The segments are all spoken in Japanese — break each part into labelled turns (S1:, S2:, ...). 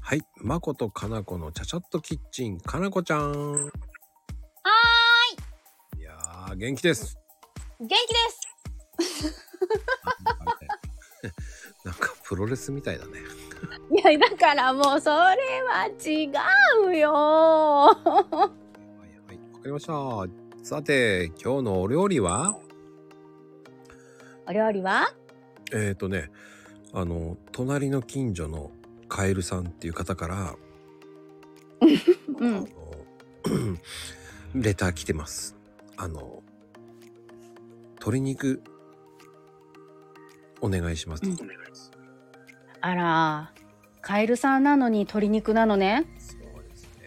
S1: はい。まことかなこのちゃちゃっとキッチン、かなこちゃん。
S2: は
S1: ーい。いやー、元気です。
S2: 元気です
S1: なんかプロレスみたいだね。
S2: いや、だからもうそれは違うよ。
S1: はいはい、わかりました。さて、今日のお料理は
S2: お料理は
S1: えっ、ー、とね、あの、隣の近所のカエルさんっていう方から、
S2: う
S1: あの
S2: ん。
S1: レター来てます。あの、鶏肉、お願いします。
S2: うん
S1: お願いします
S2: あら、カエルさんなのに鶏肉なのね。
S1: そうですね。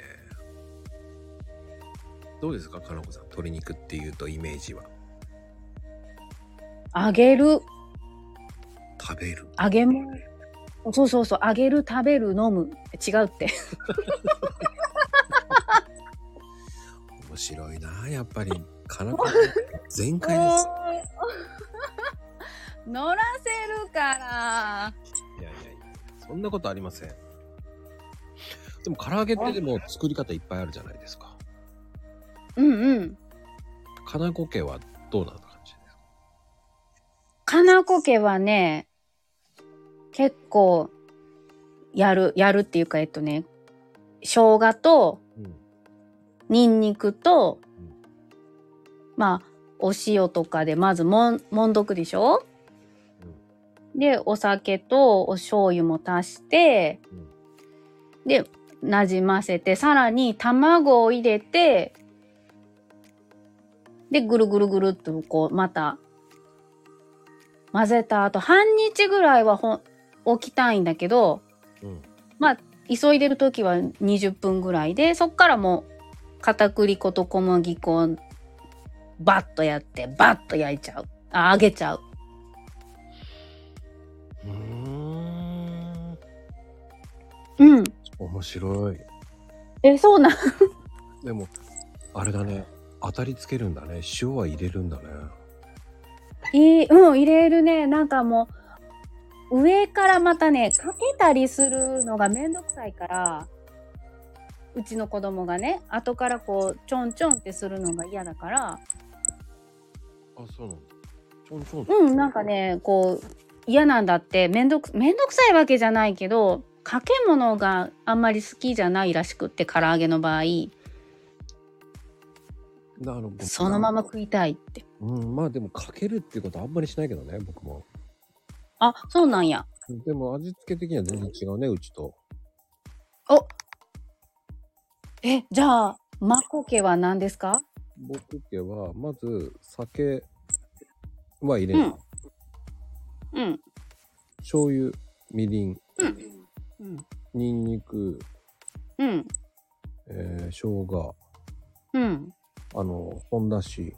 S1: どうですか、かなこさん。鶏肉っていうとイメージは。
S2: 揚げる、
S1: 食べる。
S2: 揚げ物。そうそうそう、揚げる、食べる、飲む。違うって。
S1: 面白いなやっぱり。かなこさん。全開 です。
S2: 乗らせるから。
S1: いやいやいや、そんなことありません。でも唐揚げってでも作り方いっぱいあるじゃないですか。
S2: うんうん。
S1: 金子家はどうな感じですか
S2: かなこ家はね、結構、やる、やるっていうか、えっとね、生姜と、
S1: うん。
S2: ニンニクと
S1: うん、
S2: まあ、お塩とかで、まずもん、もんどくでしょで、お酒とお醤油も足して、
S1: うん
S2: で、なじませて、さらに卵を入れて、で、ぐるぐるぐるっとこう、また、混ぜた後、半日ぐらいはほん置きたいんだけど、
S1: うん。
S2: 急いでる時は20分ぐらいでそっからもう片栗粉と小麦粉をバッとやってバッと焼いちゃうあ揚げちゃう
S1: うん。
S2: うん
S1: 面白い。
S2: えそうなん
S1: でも、あれだね。当たりつけるんだね。塩は入れるんだね。
S2: いいうん入れるねなんかもう上からまたねかけたりするのがめんどくさいからうちの子供がね後からこうちょんちょんってするのが嫌だから
S1: あ、そうなんだ。ちょんちょん。
S2: うん、なんか。ね、こう、嫌なんだって、めんどく、めんどくさいわけじゃないけど、かけ物があんまり好きじゃないらしくって、唐揚げの場合、
S1: なるほど。
S2: そのまま。食いたいって。
S1: うん、まあでもかけるっていうことあんまりしないけどね、僕も。
S2: あ、そうなんや。
S1: でも味付け的には全然違うね、うちと。
S2: え、じゃあ、マコケは何ですか
S1: 僕家はまず酒は入れない、
S2: うんうん。
S1: 醤油みりん
S2: うん。うん。
S1: にんにく、
S2: うん。
S1: えー、生姜
S2: うん。
S1: あの本だし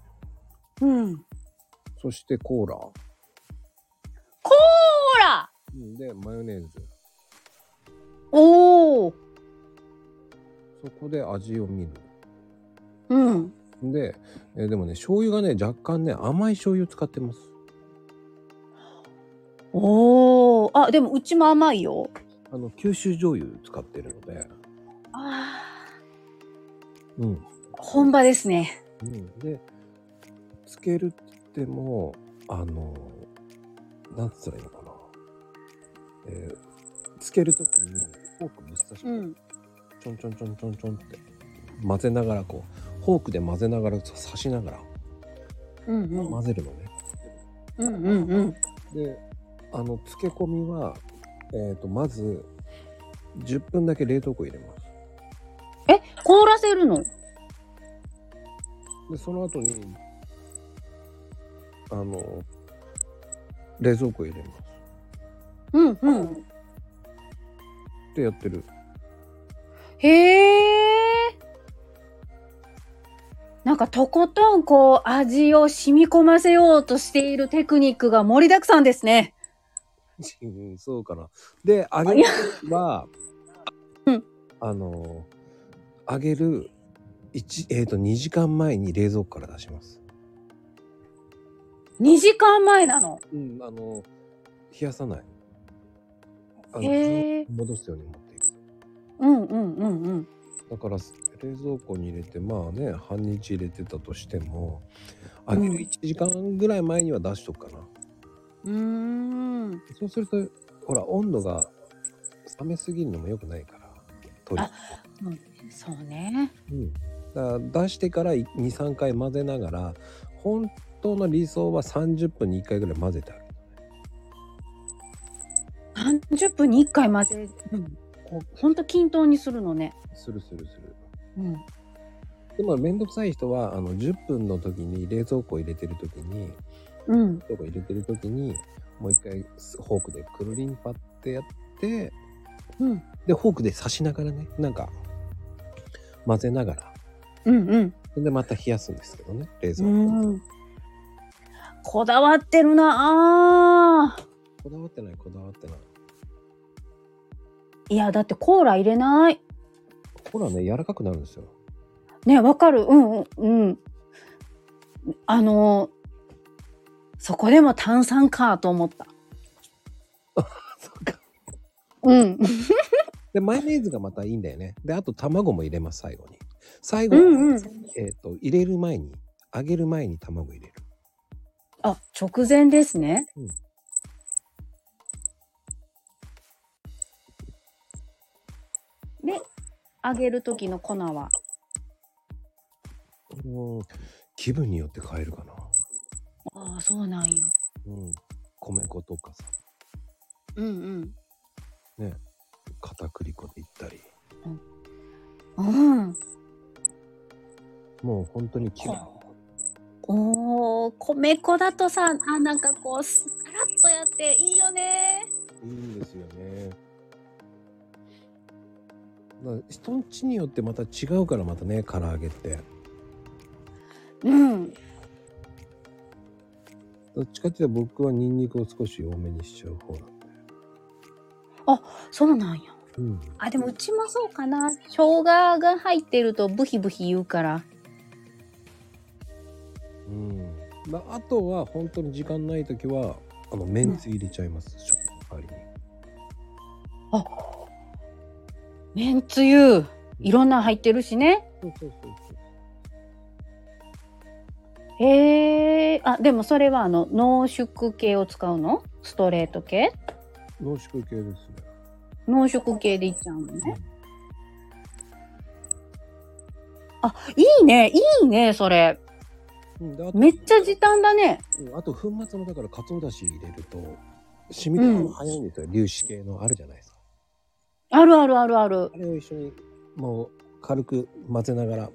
S2: うん。
S1: そしてコーラ
S2: ほら
S1: うんでマヨネーズ
S2: おお
S1: そこで味を見る
S2: うん。
S1: で、えーでもね醤油がね若干ね甘い醤油使ってます
S2: おおあ、でもうちも甘いよ。
S1: あの九州醤油使ってるので
S2: ああ、
S1: うん、
S2: 本場ですね。
S1: うん、でつけるって言ってもあのなんつったらいいのかなえーつけるときにフォークぶっ刺して、
S2: うん。
S1: ちょんちょんちょんちょんちょんって混ぜながらこうフォークで混ぜながら刺しながら
S2: うんうん。
S1: 混ぜるのね。
S2: うんうんうん。
S1: であの漬け込みは、えー、とまず10分だけ冷凍庫入れます。
S2: え、凍らせるの
S1: でその後にあの冷蔵庫入れます。
S2: うんうん。
S1: ってやってる。
S2: へえ。なんかとことんこう味を染み込ませようとしているテクニックが盛りだくさんですね。
S1: うんそうかな。で揚げる時は
S2: うん
S1: あの揚げる一えー、と2時間前に冷蔵庫から出します。
S2: 2時間前なの。
S1: うん、あの、冷やさない。あの
S2: へー
S1: 戻すように持っていく。
S2: うんうんうんうん。
S1: だから冷蔵庫に入れてまあね半日入れてたとしても揚げる1時間ぐらい前には出しとくかな、
S2: うーん。
S1: そうするとほら温度が冷めすぎるのも良くないから鶏
S2: あそうね。
S1: うん、だから出してから23回混ぜながら本当の理想は30分に1回ぐらい混ぜてあげる
S2: 30分に1回混ぜ、うん、こうほんと均等にするのね。
S1: するするする
S2: うん。
S1: でも面倒くさい人はあの10分の時に冷蔵庫入れてる時に
S2: うん。
S1: とか入れてる時にもう一回フォークでくるりんぱってやって
S2: うん。
S1: でフォークで刺しながらねなんか混ぜながら
S2: うんうん。
S1: でまた冷やすんですけどね冷蔵庫、
S2: うん。こだわってるなあー
S1: こだわってないこだわってない
S2: いや、だってコーラ入れない。
S1: ほらね柔らかくなるんですよ
S2: ね、わかる。うんうんうん。あのそこでも炭酸かと思った。
S1: そうか
S2: うん。
S1: でマヨネーズがまたいいんだよねであと卵も入れます最後に最後、
S2: うんうん。
S1: えっ、と入れる前に揚げる前に卵入れる
S2: あ、直前ですね。
S1: うん
S2: で、揚げる時の粉は。
S1: うん気分によって変えるかな
S2: ああ、そうなんや。
S1: うん米粉とかさ
S2: うんうん。
S1: 片栗粉でいったり
S2: うん。
S1: もう本当に気分
S2: おお、米粉だとさ、あ、なんかこう、さらっとやっていいよね。
S1: いいんですよね。だから人んちによってまた違うからまたね唐揚げって
S2: うん。
S1: どっちかっていうと僕はニンニクを少し多めにしちゃう方なんで
S2: そうなんや。
S1: うん
S2: あ、でもうちもそうかな。生姜が入ってるとブヒブヒ言うから。
S1: うんまああとは本当に時間ない時はあのめんつゆ入れちゃいます、食パに
S2: めんつゆ、いろんな入ってるしね。
S1: そうそうそうそう
S2: へえあでもそれはあの濃縮系を使うのストレート系
S1: 濃縮系ですね
S2: 濃縮系でいっちゃうのねあいいねいいねそれ
S1: うんであと
S2: めっちゃ時短だね
S1: うんあと粉末のだからかつおだし入れると染みるの早いんですよ、粒子系のあるじゃないですか
S2: あるあるあるある
S1: あれを一緒にもう軽く混ぜながら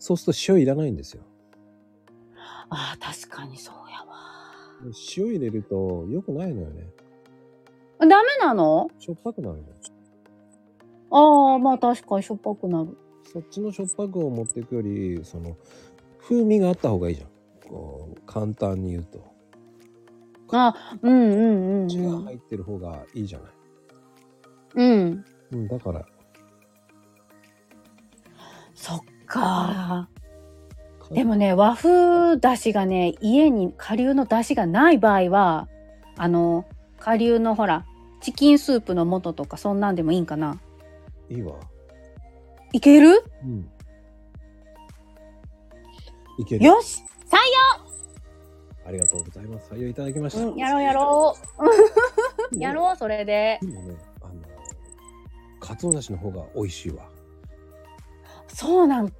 S1: そうすると塩いらないんですよ
S2: あー確かにそうやわ
S1: 塩入れると良くないのよね
S2: ダメなの
S1: しょっぱくなるのよ
S2: ああまあ確かにしょっぱくなる
S1: そっちのしょっぱくを持っていくよりその風味があった方がいいじゃんこう簡単に言うと
S2: うんうんうん
S1: 血
S2: う
S1: が
S2: ん
S1: 入ってる方がいいじゃない、
S2: うん
S1: うん、だから
S2: そっかでもね和風だしがね家に顆粒のだしがない場合はあの顆粒のほらチキンスープの素とかそんなんでもいいんかない
S1: いわ
S2: いける
S1: うんいける
S2: よし、
S1: ありがとうございます採用いただきました、
S2: うん、やろうやろうやろうそれで
S1: でもね、あの、かつおだしの方が美味しいわ。
S2: そうなん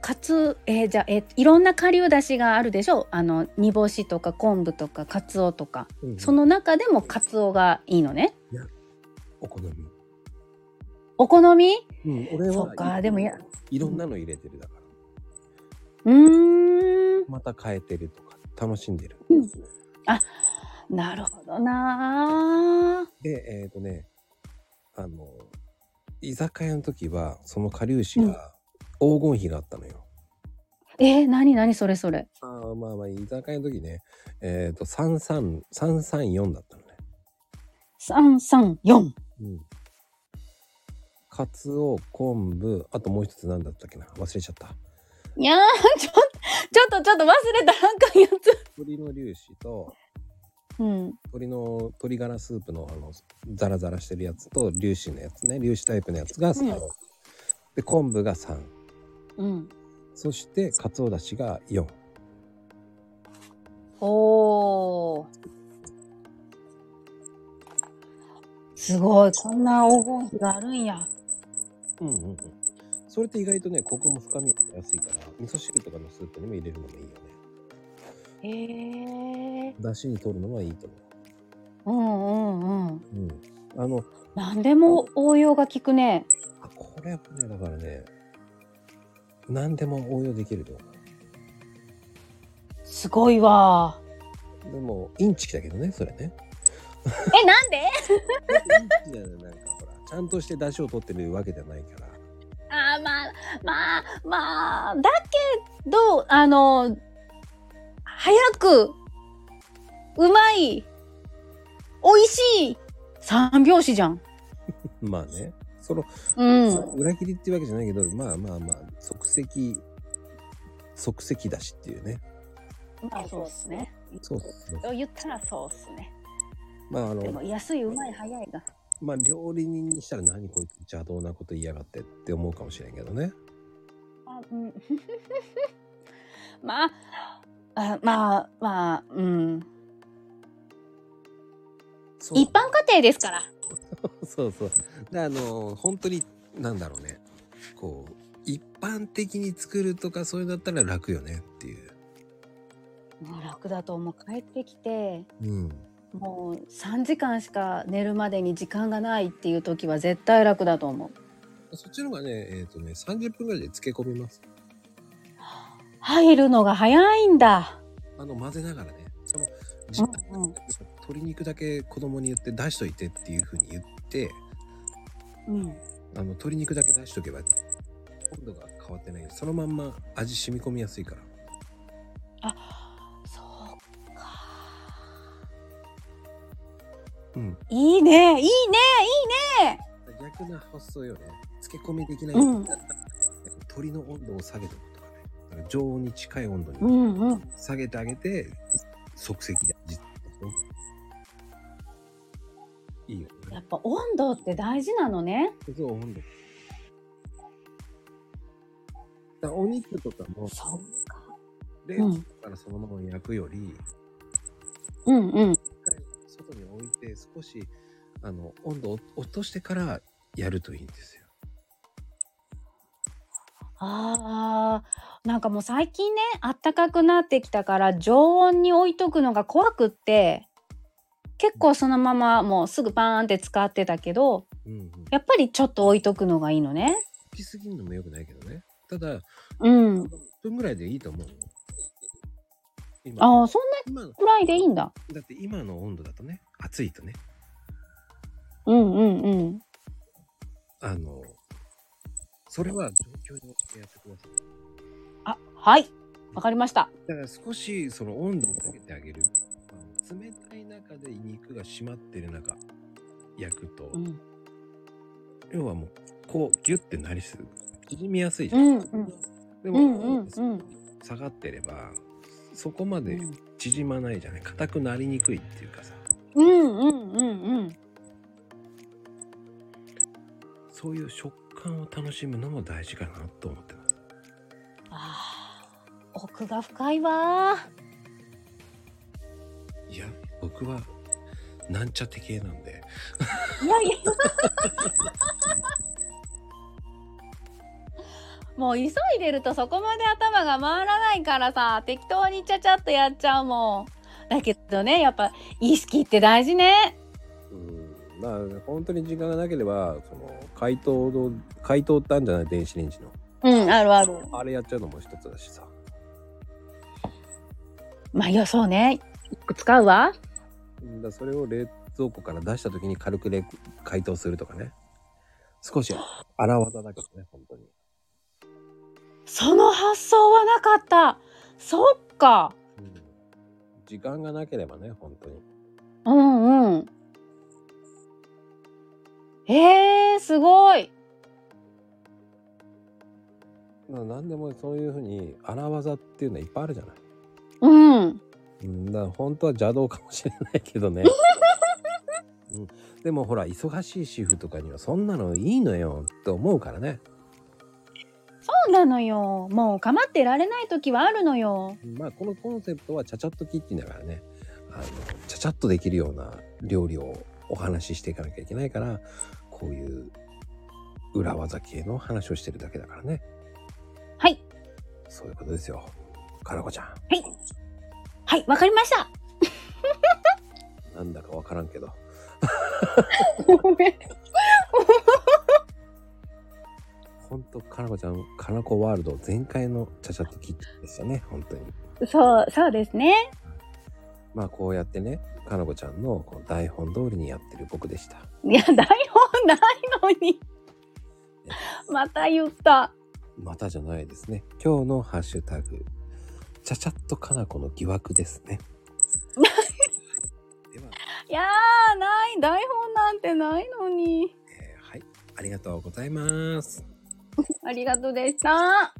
S2: かつえーじゃあ、えーいろんな顆粒だしがあるでしょあの煮干しとか昆布とかかつおとかその中でもかつおがいいのね
S1: お好み。
S2: お好み
S1: うん、俺は。
S2: そっかでもや。
S1: いろんなの入れてるだから。
S2: うーん
S1: また変えてるとか、楽しんでる。
S2: うんなるほどなー
S1: で、えっ、とね、あの、居酒屋の時は、その顆粒子が黄金比があったのよ。
S2: えー、何何それそれ。
S1: ああ、まあまあ、居酒屋の時ね、えっ、と、三三、三三四だったのね。
S2: 三三四。
S1: うん。かつお、昆布、あともう一つ何だったっけな、忘れちゃった。
S2: いや ー、ちょっと、ちょっと、ちょっと忘れたなんかやつ。
S1: 鳥の粒子と、
S2: うん。
S1: 鶏の鶏ガラスープのあのザラザラしてるやつと粒子のやつね粒子タイプのやつが3、
S2: うん
S1: で昆布が3
S2: うん。
S1: そしてかつおだしが4
S2: おー。すごい。こんな黄金比があるんや。
S1: うんうんうんそれって意外とねコクも深みも出やすいから味噌汁とかのスープにも入れるのもいいよね
S2: へえ。
S1: だしに取るのはいいと思
S2: うんうんうん。
S1: ううんあの
S2: 何でも応用が効くね。
S1: あこれはねだからね何でも応用できると思
S2: すごいわ。
S1: うでもインチキだけどねそれね
S2: え、なんで
S1: インチキだよねなんかほらちゃんとして出汁を取ってるわけじゃない から
S2: あーまあまあまあだけどあの早くうまい美味しい三拍子じゃん。
S1: まあねその
S2: うん。
S1: 裏切りっていうわけじゃないけどまあまあまあ即席即席だしっていうね
S2: まあそうっすね。
S1: そうですね
S2: 言ったらそうっすね。
S1: まああ
S2: で
S1: の
S2: も安いうまい早いが。
S1: まあ料理人にしたら何こいつ邪道なこと言いやがってって思うかもしれんけどね
S2: あうん まああまあまあうん
S1: そう
S2: 一般家庭ですから。
S1: そうそうであの本当になんだろうねこう一般的に作るとかそういうのだったら楽よねっていう
S2: もう楽だと思う帰ってきて
S1: うん
S2: もう3時間しか寝るまでに時間がないっていう時は絶対楽だと思う。
S1: そっちの方がねえっ、とね30分ぐらいで漬け込みます
S2: 入るのが早いんだ。
S1: あの混ぜながらねその時間
S2: うんうん
S1: 鶏肉だけ子供に言って出しといてっていうふうに言って
S2: うん。
S1: あの鶏肉だけ出しとけば温度が変わってないよそのまんま味染み込みやすいから
S2: あ、そうか。
S1: うん
S2: いいね、いいね、いいね。
S1: 逆な発想よね漬け込みできない、
S2: うん
S1: 鶏の温度を下げておくとかねだから常温に近い温度に
S2: んうん。
S1: 下げてあげて、即席で味付けねいいよね
S2: やっぱ温度って大事なのね。
S1: そう温度だからお肉とかも
S2: そうか。
S1: 冷
S2: う
S1: 蔵
S2: ん
S1: からそのまま焼くより、
S2: うんうん。
S1: 外に置いて少しあの温度を落としてからやるといいんですよ
S2: ああ、なんかもう最近ね、あったかくなってきたから常温に置いとくのが怖くって、結構そのままもうすぐパーンって使ってたけど、
S1: うんうん
S2: やっぱりちょっと置いとくのがいいのね。
S1: 大きすぎるのも良くないけどねただ
S2: うん。
S1: 10分ぐらいでいいと思うよ今
S2: ああ、そん
S1: 今
S2: な
S1: の
S2: くらいでいいんだ。
S1: だって今の温度だとね暑いとね
S2: うんうんうん。
S1: あのそれは状況に応じてやってください
S2: あ、はい。わかりました。
S1: だから少しその温度を下げてあげるあの冷たい中で肉が締まってる中焼くと、
S2: うん。
S1: 要はもうこうギュッてなりする縮みやすいじ
S2: う
S1: ゃん、
S2: んうん。
S1: で
S2: うんうん
S1: も、
S2: うん。
S1: 下がってればそこまで縮まないじゃない硬くなりにくいっていうかさ
S2: うんうんうんうん。
S1: そういう食感を楽しむのも大事かなと思ってます。
S2: ああ、奥が深いわー。
S1: いや、僕はなんちゃって系なんで。
S2: いやい や。もう急いでるとそこまで頭が回らないからさ適当にちゃちゃっとやっちゃうもんだけどねやっぱ意識って大事ね
S1: うん、まあ本当に時間がなければその解凍の解凍ってあるんじゃない電子レンジの
S2: うんあるある
S1: あれやっちゃうのも一つだしさ
S2: まあよそうねよく使うわ
S1: うんだそれを冷蔵庫から出した時に軽くれ解凍するとかね少し荒技だけどね本当に
S2: その発想はなかった。そっか。
S1: うん時間がなければね本当に
S2: うんうん。えー、すごい。
S1: まあ何でもそういうふうに荒技っていうのはいっぱいあるじゃない
S2: うん。
S1: うんだから本当は邪道かもしれないけどね、うん、でもほら忙しい主婦とかにはそんなのいいのよって思うからね
S2: そうなのよ。もう構ってられない時はあるのよ。
S1: まあこのコンセプトはちゃちゃっとキッチンだからねあのちゃちゃっとできるような料理をお話ししていかなきゃいけないからこういう裏技系の話をしてるだけだからね
S2: はい。
S1: そういうことですよかなこちゃん
S2: はい、わかりました。
S1: なんだかわからんけど
S2: ごめん。
S1: ほんとかなこちゃんかなこワールド全開のちゃちゃっとキッチンでしたね本当に
S2: そう、そうですね。
S1: まあこうやってねかなこちゃんのこう台本通りにやってる僕でした
S2: いや、台本ないの に。また言った。
S1: またじゃないですね今日のハッシュタグちゃちゃっとかなこの疑惑ですねでは、
S2: いやー、ない。台本なんてないのに。
S1: えーはいありがとうございます
S2: ありがとうでした。